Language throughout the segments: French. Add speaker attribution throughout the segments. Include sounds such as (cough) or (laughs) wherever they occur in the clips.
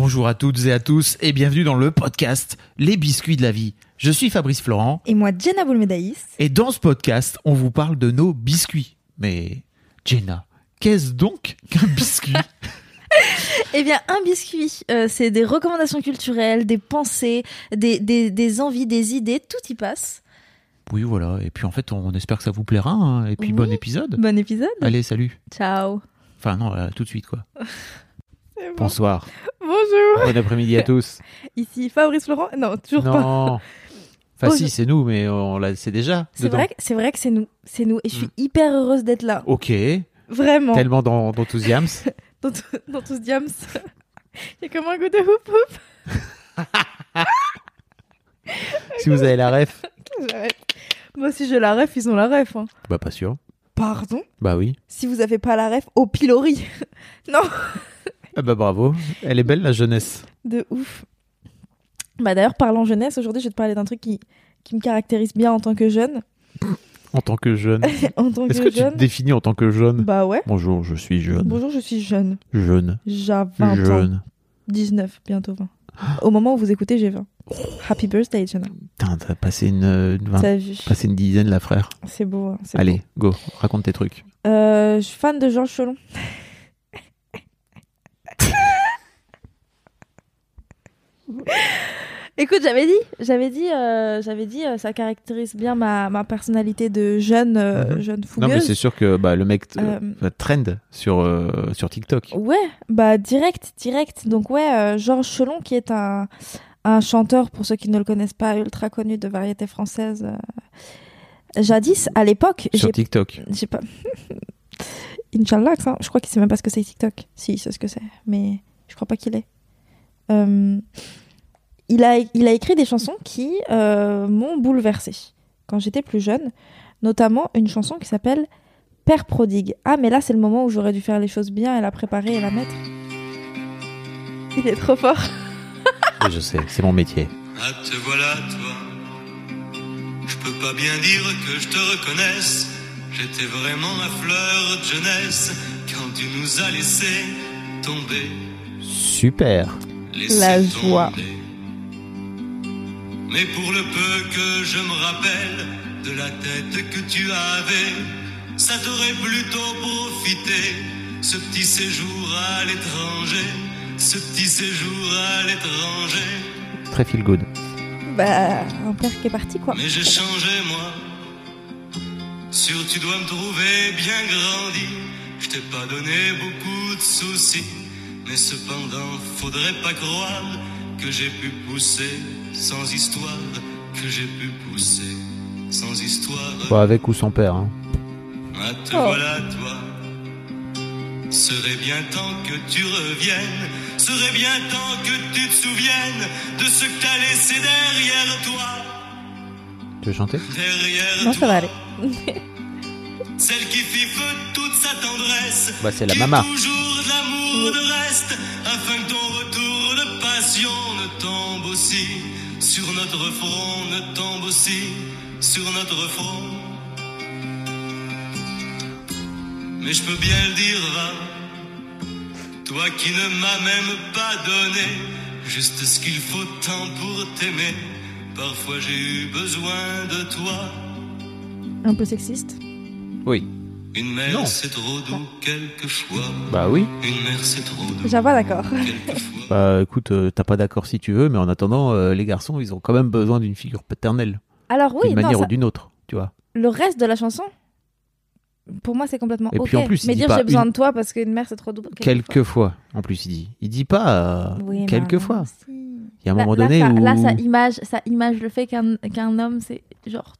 Speaker 1: Bonjour à toutes et à tous et bienvenue dans le podcast Les biscuits de la vie. Je suis Fabrice Florent
Speaker 2: Et moi, Jenna Boulmedaïs.
Speaker 1: et dans ce podcast, on vous parle de nos biscuits. Mais Jenna, qu'est-ce donc qu'un
Speaker 2: (laughs)
Speaker 1: biscuit
Speaker 2: Eh bien, un biscuit, euh, c'est des recommandations culturelles, des pensées, des, des, des envies, des idées, tout y passe.
Speaker 1: Oui, voilà. Et puis en fait, on espère que ça vous plaira. hein. Et puis
Speaker 2: Oui.
Speaker 1: bon épisode.
Speaker 2: Bon épisode.
Speaker 1: Allez, salut.
Speaker 2: Ciao.
Speaker 1: Enfin non, euh, tout de suite quoi. Bonsoir.
Speaker 2: Bonjour.
Speaker 1: Bon après-midi
Speaker 2: (laughs)
Speaker 1: à tous.
Speaker 2: Ici Fabrice Laurent. Non, toujours pas.
Speaker 1: Non. Enfin
Speaker 2: Oh,
Speaker 1: si,
Speaker 2: je-
Speaker 1: c'est nous, mais on l'a, c'est déjà.
Speaker 2: C'est vrai, que- c'est vrai que c'est nous. C'est nous. Et je suis hyper heureuse d'être là.
Speaker 1: Ok.
Speaker 2: Vraiment.
Speaker 1: Oh, Tellement d'en-
Speaker 2: (laughs)
Speaker 1: d'enthousiasme.
Speaker 2: Dans, tout, dans tout ce diams. (laughs) Il y a comme un goût de hoop hoop.
Speaker 1: si vous avez la ref.
Speaker 2: J'arrête. Moi, si j'ai la ref, ils ont la ref. hein.
Speaker 1: Bah pas sûr.
Speaker 2: Pardon
Speaker 1: Bah oui.
Speaker 2: Si vous avez pas la ref, au pilori. non.
Speaker 1: Ah bah bravo, elle est belle la jeunesse.
Speaker 2: De ouf. Bah d'ailleurs, parlant jeunesse, aujourd'hui, je vais te parler d'un truc qui, qui me caractérise bien en tant que jeune. (laughs)
Speaker 1: En tant que jeune.
Speaker 2: En tant
Speaker 1: Est-ce
Speaker 2: que,
Speaker 1: que tu
Speaker 2: jeune.
Speaker 1: te définis en tant que jeune
Speaker 2: Bah ouais.
Speaker 1: Bonjour, je suis jeune.
Speaker 2: Bonjour, je suis jeune.
Speaker 1: Jeune.
Speaker 2: J'ai 20 ans.
Speaker 1: Jeune.
Speaker 2: 19, bientôt 20. Au moment où vous écoutez, j'ai 20.
Speaker 1: Oh.
Speaker 2: Happy birthday, Jenna.
Speaker 1: Putain, t'as passé une, euh, une vingt-
Speaker 2: T'as vu
Speaker 1: passé une dizaine là, frère.
Speaker 2: C'est beau. hein, c'est
Speaker 1: Allez, go, raconte tes trucs.
Speaker 2: beau. Euh, je suis fan de Georges Chelon. (laughs) Écoute, j'avais dit, j'avais dit, euh, j'avais dit, euh, ça caractérise bien ma, ma personnalité de jeune, euh,
Speaker 1: Mhm.
Speaker 2: jeune
Speaker 1: Non
Speaker 2: fougueuse.
Speaker 1: mais c'est sûr que bah, le mec t-
Speaker 2: Euh.
Speaker 1: euh, trend sur, euh, sur TikTok.
Speaker 2: Ouais, bah direct, direct. Donc ouais, euh, Georges Chelon qui est un, un chanteur, pour ceux qui ne le connaissent pas, ultra connu de variété française. euh, jadis, à l'époque,
Speaker 1: Sur
Speaker 2: j'ai
Speaker 1: TikTok.
Speaker 2: j'ai pas... (laughs) Inch'Allah, ça, je crois qu'il sait même pas ce que c'est TikTok. Si, il sait ce que c'est, mais je crois pas qu'il est. Euh, il, a, il a écrit des chansons qui euh, m'ont bouleversée quand j'étais plus jeune, notamment une chanson qui s'appelle Père prodigue. Ah, mais là, c'est le moment où j'aurais dû faire les choses bien et la préparer et la mettre. Il est trop fort.
Speaker 1: Oui, je sais, c'est mon métier.
Speaker 3: Ah te voilà toi Je peux pas bien dire que je te reconnaisse J'étais vraiment à fleur de jeunesse Quand tu nous as laissé tomber
Speaker 1: Super.
Speaker 3: laissé
Speaker 2: La joie.
Speaker 3: tomber. Mais pour le peu que je me rappelle De la tête que tu avais Ça t'aurait plutôt profité Ce petit séjour à l'étranger Ce petit séjour à l'étranger
Speaker 1: Très feel good.
Speaker 2: Bah, un père qui est parti, quoi.
Speaker 3: Mais j'ai changé moi. Sûr, tu dois me trouver bien grandi. Je t'ai pas donné beaucoup de soucis. Mais cependant, faudrait pas croire que j'ai pu pousser sans histoire. Que j'ai pu pousser sans histoire.
Speaker 1: Bah, avec ou sans père. hein.
Speaker 3: Ah, te
Speaker 2: Oh.
Speaker 3: voilà toi. Serait bien temps que tu reviennes. Serait bien temps que tu te souviennes de ce que t'as laissé derrière toi.
Speaker 1: Tu veux chanter
Speaker 3: Derrière
Speaker 2: Non,
Speaker 3: toi.
Speaker 2: ça va aller.
Speaker 3: Celle qui fit feu de toute sa tendresse.
Speaker 1: Bah, c'est la
Speaker 3: Qu'eut
Speaker 1: mama.
Speaker 3: Toujours de l'amour de reste, afin que ton retour de passion ne tombe aussi sur notre front, ne tombe aussi sur notre front. Mais je peux bien le dire, va. Toi qui ne m'as même pas donné juste ce qu'il faut tant pour t'aimer. Parfois j'ai eu besoin de toi.
Speaker 2: Un peu sexiste.
Speaker 1: Oui.
Speaker 3: Une
Speaker 1: Non.
Speaker 3: mère c'est trop doux quelquefois.
Speaker 1: Bah oui.
Speaker 3: Une mère c'est trop doux
Speaker 2: J'avoue, d'accord.
Speaker 3: quelquefois.
Speaker 1: Bah écoute, euh, t'as pas d'accord si tu veux, mais en attendant, euh, les garçons, ils ont quand même besoin d'une figure paternelle.
Speaker 2: Alors, oui,
Speaker 1: d'une
Speaker 2: non,
Speaker 1: manière
Speaker 2: ça-
Speaker 1: ou d'une autre, tu vois.
Speaker 2: le reste de la chanson pour moi c'est complètement
Speaker 1: Et
Speaker 2: ok
Speaker 1: puis en plus, il
Speaker 2: mais
Speaker 1: dit
Speaker 2: dire
Speaker 1: pas
Speaker 2: j'ai besoin
Speaker 1: une-
Speaker 2: de toi parce qu'une mère c'est trop doux quelquefois.
Speaker 1: Quelquefois, en plus, il dit. Il dit pas euh,
Speaker 2: Oui, mais
Speaker 1: quelquefois.
Speaker 2: alors, si.
Speaker 1: Il y a un
Speaker 2: là,
Speaker 1: moment
Speaker 2: là,
Speaker 1: donné
Speaker 2: ça,
Speaker 1: où.
Speaker 2: là, ça image ça image le fait qu'un qu'un homme c'est genre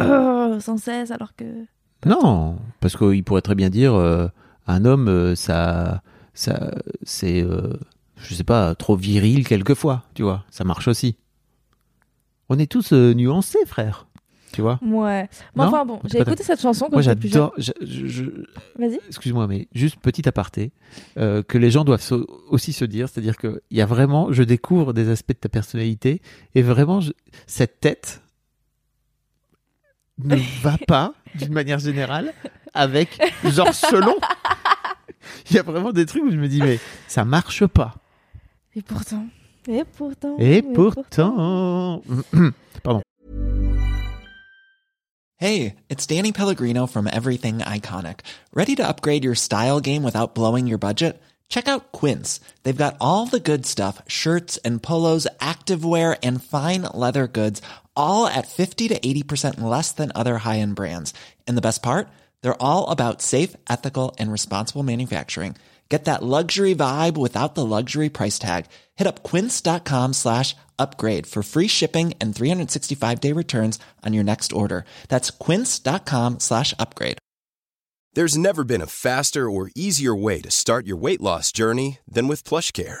Speaker 2: euh, sans cesse alors que.
Speaker 1: Non, parce qu'il pourrait très bien dire euh, un homme, euh, ça, ça, c'est, euh, je sais pas, trop viril quelquefois, tu vois. Ça marche aussi. On est tous euh, nuancés, frère. Tu vois.
Speaker 2: Ouais. Mais
Speaker 1: Non,
Speaker 2: enfin bon,
Speaker 1: c'est
Speaker 2: j'ai
Speaker 1: pas
Speaker 2: écouté cette chanson quand
Speaker 1: Moi,
Speaker 2: j'étais plus jeune.
Speaker 1: j'adore. je- je- je-
Speaker 2: Vas-y.
Speaker 1: Excuse-moi, mais juste petit aparté euh, que les gens doivent so- aussi se dire, c'est-à-dire que il y a vraiment, je découvre des aspects de ta personnalité et vraiment je- cette tête
Speaker 2: (laughs)
Speaker 1: ne va pas d'une manière générale avec genre selon. Il y a vraiment des trucs où je me dis mais ça marche pas.
Speaker 2: Et pourtant. Et pourtant.
Speaker 1: Et pourtant, (clears throat)
Speaker 4: Hey, it's Danny Pellegrino from Everything Iconic. Ready to upgrade your style game without blowing your budget? Check out Quince. They've got all the good stuff shirts and polos, activewear, and fine leather goods, all at 50 to 80% less than other high end brands. And the best part? They're all about safe, ethical, and responsible manufacturing. Get that luxury vibe without the luxury price tag. Hit up quince.com slash upgrade for free shipping and 365 day returns on your next order. That's quince.com slash upgrade.
Speaker 5: There's never been a faster or easier way to start your weight loss journey than with PlushCare.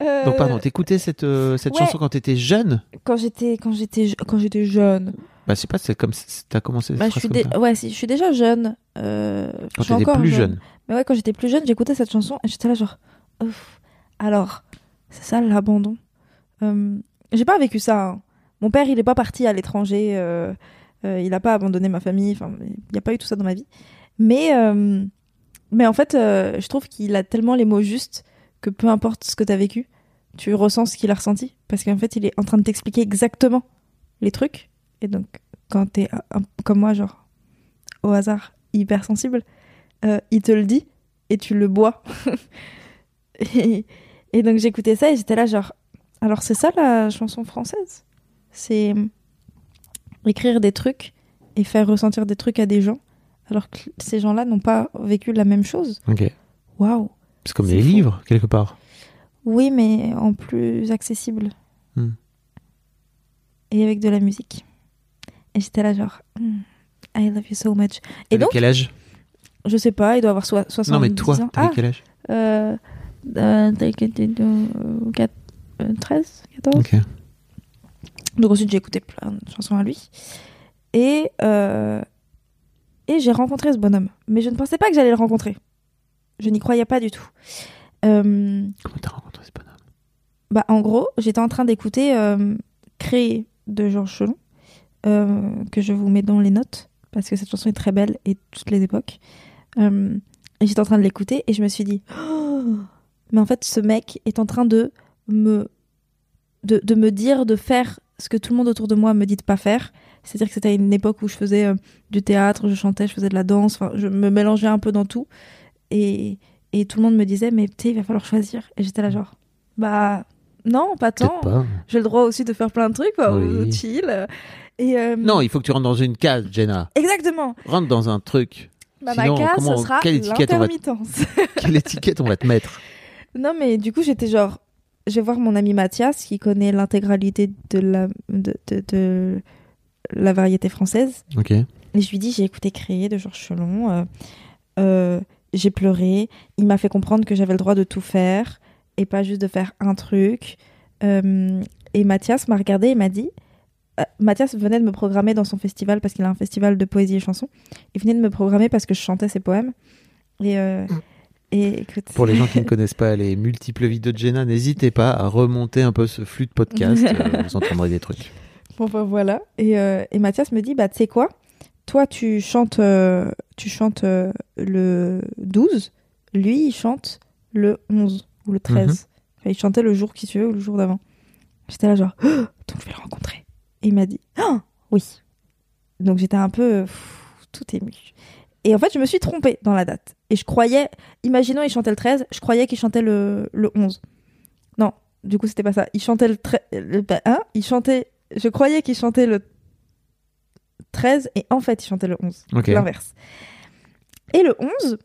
Speaker 1: Euh, donc pardon, t'écoutais cette euh, cette
Speaker 2: ouais.
Speaker 1: chanson quand t'étais jeune
Speaker 2: Quand j'étais quand j'étais je- quand j'étais jeune.
Speaker 1: Bah c'est pas c'est comme t'as commencé. cette
Speaker 2: Bah, je
Speaker 1: phrase
Speaker 2: suis
Speaker 1: comme
Speaker 2: dé-
Speaker 1: ça.
Speaker 2: ouais, si, je suis déjà jeune. Euh, je
Speaker 1: quand
Speaker 2: suis
Speaker 1: t'étais
Speaker 2: encore
Speaker 1: plus jeune.
Speaker 2: Mais ouais, quand j'étais plus jeune, j'écoutais cette chanson et j'étais là genre, Ouf. alors, c'est ça l'abandon. Euh, j'ai pas vécu ça. hein. Mon père, il est pas parti à l'étranger. euh, euh, il a pas abandonné ma famille. Enfin, il y a pas eu tout ça dans ma vie. Mais, euh, mais en fait, euh, je trouve qu'il a tellement les mots justes que peu importe ce que t'as vécu, tu ressens ce qu'il a ressenti parce qu'en fait, il est en train de t'expliquer exactement les trucs. Et donc, quand t'es un- un- comme moi, genre au hasard, hypersensible euh, il te le dit et tu le bois. et, et donc j'écoutais ça et j'étais là genre, alors c'est ça la chanson française C'est hum, écrire des trucs et faire ressentir des trucs à des gens alors que ces gens-là n'ont pas vécu la même chose.
Speaker 1: Ok.
Speaker 2: Waouh
Speaker 1: C'est comme
Speaker 2: C'est
Speaker 1: les
Speaker 2: fou.
Speaker 1: livres, quelque part.
Speaker 2: Oui mais en plus accessible.
Speaker 1: Hmm.
Speaker 2: Et avec de la musique. Et j'étais là genre, Hmm, I love you so much. Et
Speaker 1: T'avais
Speaker 2: donc,
Speaker 1: quel âge
Speaker 2: je sais pas, il doit avoir soit 70
Speaker 1: Non, mais toi,
Speaker 2: ans.
Speaker 1: t'avais
Speaker 2: Ah,
Speaker 1: quel âge
Speaker 2: Euh, euh, t'as que t'es de- euh, quatre- euh, 13, 14.
Speaker 1: Ok.
Speaker 2: Donc ensuite j'ai écouté plein de chansons à lui. Et, euh, et j'ai rencontré ce bonhomme. Mais je ne pensais pas que j'allais le rencontrer. Je n'y croyais pas du tout. Euh,
Speaker 1: Comment t'as rencontré ce bonhomme
Speaker 2: bah, en gros, j'étais en train d'écouter euh, Créer de Georges Chelon, euh, que je vous mets dans les notes, parce que cette chanson est très belle et de toutes les époques. Euh, et j'étais en train de l'écouter et je me suis dit, Oh mais en fait, ce mec est en train de me, de, de me dire de faire ce que tout le monde autour de moi me dit de pas faire. C'est-à-dire que c'était à une époque où je faisais euh, du théâtre, je chantais, je faisais de la danse, enfin, je me mélangeais un peu dans tout. Et, et tout le monde me disait, mais tu sais, il va falloir choisir. Et j'étais là, genre, bah non, pas tant.
Speaker 1: Peut-être pas.
Speaker 2: J'ai le droit aussi de faire plein de trucs, quoi,
Speaker 1: Oui.
Speaker 2: ou chill. euh, Et, euh,
Speaker 1: Non, il faut que tu rentres dans une case, Jenna.
Speaker 2: Exactement.
Speaker 1: Rentre dans un truc.
Speaker 2: Bah,
Speaker 1: Sinon,
Speaker 2: ma case,
Speaker 1: comment-
Speaker 2: ce sera
Speaker 1: quelle étiquette on va te-
Speaker 2: l'intermittence. (laughs)
Speaker 1: Quelle étiquette on va te mettre
Speaker 2: Non, mais du coup, j'étais genre, je vais voir mon ami Mathias qui connaît l'intégralité de la, de, de- de la variété française.
Speaker 1: Ok.
Speaker 2: Et je lui dis, j'ai écouté Créer de Georges Chelon. euh, euh, j'ai pleuré. Il m'a fait comprendre que j'avais le droit de tout faire et pas juste de faire un truc. Euh, et Mathias m'a regardé et m'a dit. euh, Mathias venait de me programmer dans son festival parce qu'il a un festival de poésie et chansons. Il venait de me programmer parce que je chantais ses poèmes. Et, euh, et écoute.
Speaker 1: Mm. Pour les gens
Speaker 2: (laughs)
Speaker 1: qui ne connaissent pas les multiples vies de Jenna, n'hésitez pas à remonter un peu ce flux de
Speaker 2: (laughs)
Speaker 1: podcast. euh, vous entendrez des trucs.
Speaker 2: Bon bah voilà. Et, euh, et Mathias me dit bah tu sais quoi Toi tu chantes euh, tu chantes euh, le 12, lui il chante le 11 ou le 13.
Speaker 1: Mhm.
Speaker 2: Enfin, il chantait le jour qui suivait ou le jour d'avant. J'étais là genre Oh donc je vais le rencontrer. Et il m'a dit Ah, oui. Donc j'étais un peu euh, pff, tout ému. Et en fait, je me suis trompée dans la date. Et je croyais, imaginons, il chantait le 13, je croyais qu'il chantait le, le 11. Non, du coup, c'était pas ça. Il chantait le 13. Le, bah, hein, il chantait. Je croyais qu'il chantait le 13, et en fait, il chantait le 11.
Speaker 1: Ok.
Speaker 2: L'inverse. Et le 11,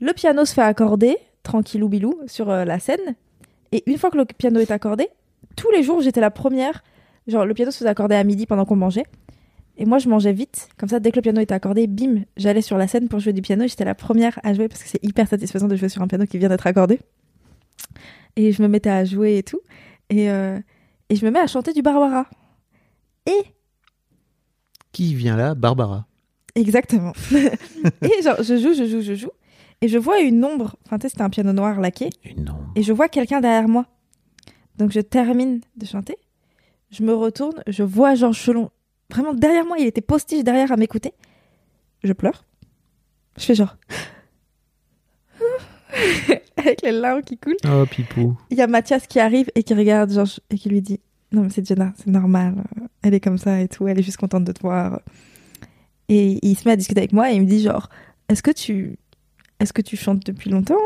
Speaker 2: le piano se fait accorder, tranquillou bilou, sur euh, la scène. Et une fois que le piano est accordé, tous les jours, j'étais la première. Genre, le piano se faisait accorder à midi pendant qu'on mangeait. Et moi, je mangeais vite. Comme ça, dès que le piano était accordé, bim, j'allais sur la scène pour jouer du piano. et J'étais la première à jouer parce que c'est hyper satisfaisant de jouer sur un piano qui vient d'être accordé. Et je me mettais à jouer et tout. Et, euh, et je me mets à chanter du Barbara. Et
Speaker 1: Qui vient là Barbara.
Speaker 2: (laughs) Exactement. et genre, je joue, je joue, je joue. Et je vois une ombre. Enfin, tu sais, c'était un piano noir laqué.
Speaker 1: Une ombre.
Speaker 2: Et je vois quelqu'un derrière moi. Donc, je termine de chanter. Je me retourne. Je vois Georges Chelon. Vraiment derrière moi. Il était postiche derrière à m'écouter. Je pleure. Je fais genre. (laughs) Avec les larmes qui coulent.
Speaker 1: Oh, Pipou.
Speaker 2: Il y a Mathias qui arrive et qui regarde Georges et qui lui dit Non, mais c'est Jenna, c'est normal. Elle est comme ça et tout. Elle est juste contente de te voir. Et il se met à discuter avec moi et il me dit genre Est-ce que tu est-ce que tu chantes depuis longtemps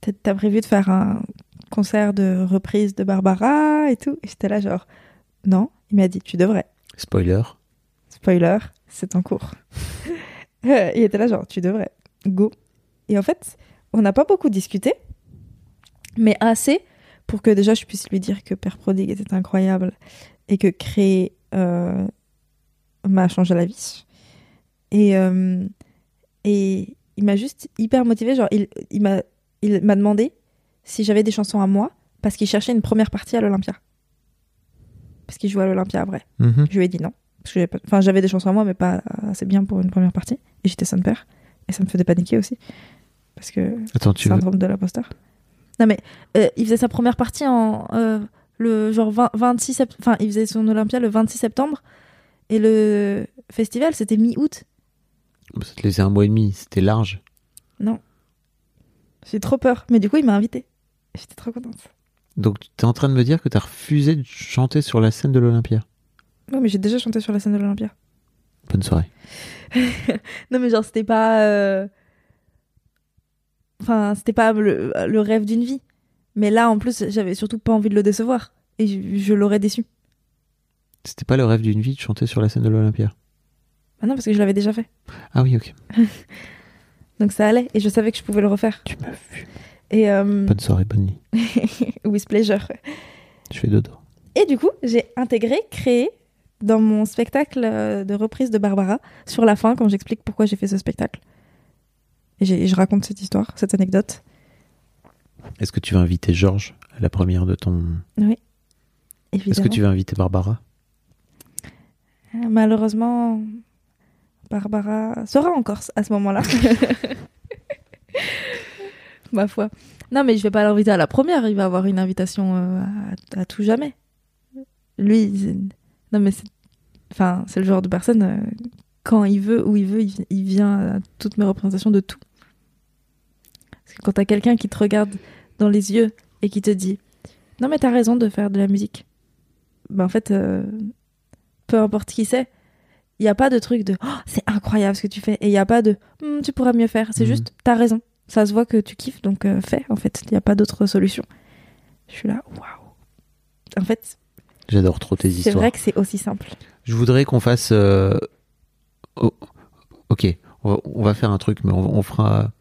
Speaker 2: T'as- T'as prévu de faire un concert de reprise de Barbara et tout Et j'étais là genre Non. Il m'a dit Tu devrais.
Speaker 1: Spoiler.
Speaker 2: Spoiler, c'est en cours. Euh, il était là genre, tu devrais, go. Et en fait, on n'a pas beaucoup discuté, mais assez pour que déjà je puisse lui dire que Père Prodigue était incroyable et que créer euh, m'a changé la vie. Et, euh, et il m'a juste hyper motivé, genre il, il m'a il m'a demandé si j'avais des chansons à moi parce qu'il cherchait une première partie à l'Olympia. Parce qu'il jouait à l'Olympia après.
Speaker 1: Mhm.
Speaker 2: Je lui ai dit non. Parce que j'avais pas- Enfin, j'avais des chansons à moi, mais pas assez bien pour une première partie. Et j'étais son père. Et ça me faisait paniquer aussi. Parce que
Speaker 1: Attends, tu veux-
Speaker 2: syndrome de l'imposteur. Non, mais euh, il faisait sa première partie en. euh, le genre 20 26 septembre. Enfin, il faisait son Olympia le 26 septembre. Et le festival, c'était mi-août.
Speaker 1: Oh, bah, Ça te laissait un mois et demi, c'était large.
Speaker 2: J'ai trop peur. Mais du coup, il m'a invité. J'étais trop contente.
Speaker 1: Donc tu es en train de me dire que tu as refusé de chanter sur la scène de l'Olympia.
Speaker 2: Non, mais j'ai déjà chanté sur la scène de l'Olympia.
Speaker 1: Bonne soirée.
Speaker 2: Non, mais genre, c'était pas. euh, Enfin, c'était pas le, le rêve d'une vie. Mais là, en plus, j'avais surtout pas envie de le décevoir. Et je, je l'aurais déçu.
Speaker 1: C'était pas le rêve d'une vie de chanter sur la scène de l'Olympia.
Speaker 2: Ah non, parce que je l'avais déjà fait.
Speaker 1: Ah oui, ok.
Speaker 2: Donc ça allait. Et je savais que je pouvais le refaire.
Speaker 1: Tu m'as vu.
Speaker 2: Et. Euh...
Speaker 1: Bonne soirée, bonne nuit.
Speaker 2: with pleasure.
Speaker 1: Je fais dodo.
Speaker 2: Et du coup, j'ai intégré, créé dans mon spectacle euh, de reprise de Barbara, sur la fin, quand j'explique pourquoi j'ai fait ce spectacle. Et j'ai- je raconte cette histoire, cette anecdote.
Speaker 1: Est-ce que tu vas inviter Georges à la première de ton. Est-ce
Speaker 2: Évidemment.
Speaker 1: que tu vas inviter Barbara
Speaker 2: Malheureusement, Barbara sera en Corse à ce moment-là. (laughs) Ma foi. Non, mais je vais pas l'inviter à la première. Il va avoir une invitation euh, à, à tout jamais. Lui, c'est- non, mais c'est enfin, c'est le genre de personne, euh, quand il veut, où il veut, il, vi- il vient à toutes mes représentations de tout. Parce que quand t'as quelqu'un qui te regarde dans les yeux et qui te dit Non, mais t'as raison de faire de la musique. Ben, en fait, euh, peu importe qui c'est, il n'y a pas de truc de Oh, c'est incroyable ce que tu fais. Et il n'y a pas de Hmm, tu pourrais mieux faire. C'est
Speaker 1: Mhm.
Speaker 2: juste, t'as raison. Ça se voit que tu kiffes, donc euh, fais. En fait, il n'y a pas d'autre solution. Je suis là, waouh. En fait,
Speaker 1: J'adore trop tes
Speaker 2: c'est
Speaker 1: histoires.
Speaker 2: vrai que c'est aussi simple.
Speaker 1: Je voudrais qu'on fasse. euh, oh, Ok, on va, on va faire un truc, mais on, on fera.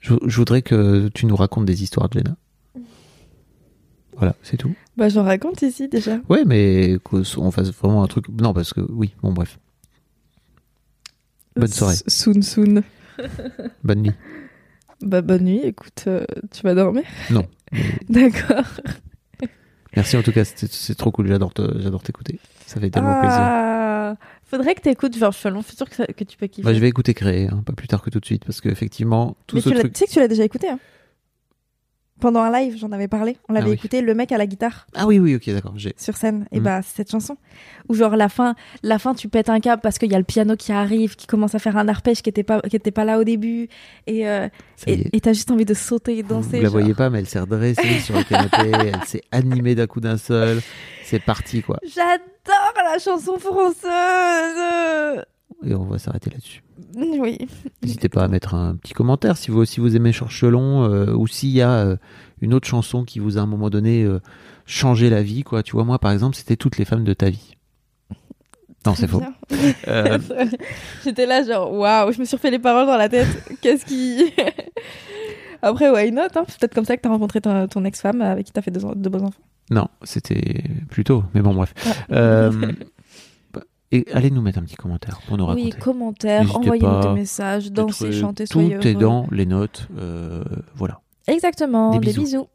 Speaker 1: Je, je voudrais que tu nous racontes des histoires, Jenna. Voilà, c'est tout.
Speaker 2: Bah, j'en raconte ici déjà.
Speaker 1: Ouais, mais qu'on fasse vraiment un truc. Non, parce que oui, bon, bref. Bonne soirée,
Speaker 2: Soon, soon.
Speaker 1: bonne nuit.
Speaker 2: Bah, bonne nuit. Écoute, euh, tu vas dormir
Speaker 1: Non.
Speaker 2: (laughs) D'accord.
Speaker 1: Merci en tout cas, c'était- c'est trop cool, j'adore te- j'adore t'écouter. Ça fait tellement plaisir.
Speaker 2: Ah, faudrait que t'écoutes Georges Chalon. Je suis sûre que, ça- que tu peux kiffer.
Speaker 1: Bah, je vais écouter créer, hein, pas plus tard que tout de suite, parce qu'effectivement, tout
Speaker 2: Mais
Speaker 1: ce
Speaker 2: tu, l'as-
Speaker 1: truc.
Speaker 2: tu sais que tu l'as déjà écouté. hein. Pendant un live, j'en avais parlé. On l'avait
Speaker 1: Ah oui.
Speaker 2: écouté, le mec à la guitare
Speaker 1: Ah oui, oui, ok, d'accord, j'ai.
Speaker 2: sur scène. Et
Speaker 1: Mm.
Speaker 2: bah, c'est cette chanson. Ou genre, la fin, la fin, tu pètes un câble parce qu'il y a le piano qui arrive, qui commence à faire un arpège qui était pas, qui était pas là au début. Et euh,
Speaker 1: ça y est.
Speaker 2: et- et t'as juste envie de sauter et
Speaker 1: Vous,
Speaker 2: danser.
Speaker 1: la
Speaker 2: genre.
Speaker 1: voyez pas, mais elle s'est redressée sur le canapé,
Speaker 2: (laughs)
Speaker 1: elle s'est animée d'un coup d'un seul. C'est parti, quoi.
Speaker 2: J'adore la chanson française.
Speaker 1: Et on va s'arrêter là-dessus.
Speaker 2: Oui.
Speaker 1: N'hésitez pas à mettre un petit commentaire si vous aussi vous aimez Chorchelon euh, ou s'il y a euh, une autre chanson qui vous a à un moment donné euh, changé la vie. Quoi. Tu vois, moi par exemple, c'était Toutes les femmes de ta vie. Non, Ah, c'est faux.
Speaker 2: (laughs) Bien.
Speaker 1: Euh,
Speaker 2: J'étais là genre waouh, je me suis refait les paroles dans la tête. (laughs) Qu'est-ce qui (laughs) Après why not hein C'est peut-être comme ça que t'as rencontré ton, ton ex-femme avec qui t'as fait deux, en- deux beaux enfants.
Speaker 1: non, c'était plutôt, mais bon, bref.
Speaker 2: (laughs)
Speaker 1: Euh, bah, et allez nous mettre un petit commentaire pour nous raconter.
Speaker 2: Oui, commentaires,
Speaker 1: N'hésitez
Speaker 2: envoyez-nous
Speaker 1: pas.
Speaker 2: des messages, dansez,
Speaker 1: Peut-être, euh,
Speaker 2: chantez,
Speaker 1: Tout
Speaker 2: soyez
Speaker 1: est
Speaker 2: heureux.
Speaker 1: dans les notes. euh, voilà.
Speaker 2: Exactement,
Speaker 1: Des
Speaker 2: des
Speaker 1: bisous.
Speaker 2: bisous.